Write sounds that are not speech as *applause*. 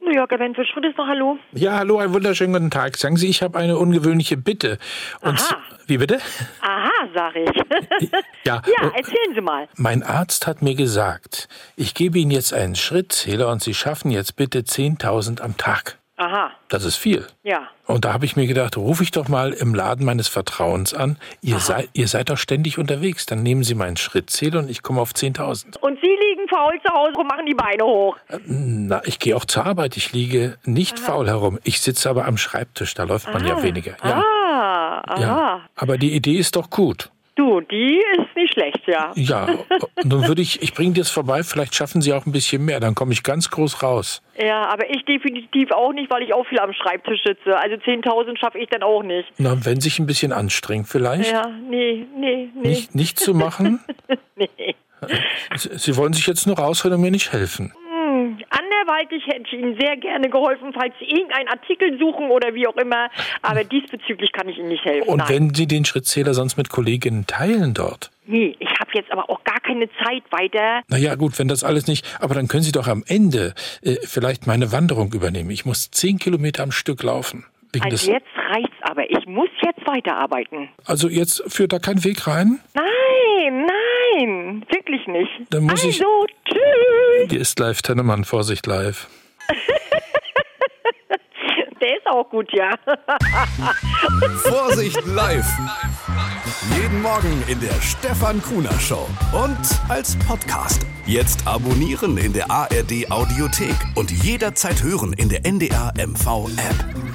New Yorker Wenzel Schrödesner, hallo. Ja, hallo, einen wunderschönen guten Tag. Sagen Sie, ich habe eine ungewöhnliche Bitte. Und Aha. wie bitte? Aha, sag ich. *laughs* Ja. äh, ja, erzählen Sie mal. Mein Arzt hat mir gesagt, ich gebe Ihnen jetzt einen Schrittzähler und Sie schaffen jetzt bitte 10.000 am Tag. Aha, Das ist viel. ja. Und da habe ich mir gedacht, rufe ich doch mal im Laden meines Vertrauens an. Ihr, seid, ihr seid doch ständig unterwegs. Dann nehmen Sie meinen Schrittzähler und ich komme auf 10.000. Und Sie liegen faul zu Hause und machen die Beine hoch. Äh. Na, ich gehe auch zur Arbeit. Ich liege nicht faul herum. Ich sitze aber am Schreibtisch. Da läuft man ja weniger. Ja, Ah, aha. ja. Aber die Idee ist doch gut. Du, die ist nicht schlecht, ja. Ja, und dann würde ich, ich bringe dir das vorbei, vielleicht schaffen sie auch ein bisschen mehr, dann komme ich ganz groß raus. Ja, aber ich definitiv auch nicht, weil ich auch viel am Schreibtisch sitze. Also 10.000 schaffe ich dann auch nicht. Na, wenn sich ein bisschen anstrengt vielleicht, Ja, nee, nee, nee. nicht, nicht zu machen. *laughs* nee. Sie Sie wollen sich jetzt nur rausreden und mir nicht helfen. Anderweitig hätte ich Ihnen sehr gerne geholfen, falls Sie irgendeinen Artikel suchen oder wie auch immer. *laughs* Aber diesbezüglich kann ich Ihnen nicht helfen. Und Nein. wenn Sie den Schrittzähler sonst mit Kolleginnen teilen dort. Nee, ich habe jetzt aber auch gar keine Zeit weiter. Naja, gut, wenn das alles nicht, aber dann können Sie doch am Ende äh, vielleicht meine Wanderung übernehmen. Ich muss zehn Kilometer am Stück laufen. Wegen Also des, jetzt reicht's aber. Ich muss jetzt weiterarbeiten. also jetzt führt da kein Weg rein. Nein, nein, wirklich nicht. Dann muss ich- also, tschüss. Hier ist live Tennemann, Vorsicht live. Der ist auch gut, ja. Vorsicht live. Jeden Morgen in der Stefan Kuhner Show. Und als Podcast. Jetzt abonnieren in der ARD Audiothek und jederzeit hören in der NDR MV App.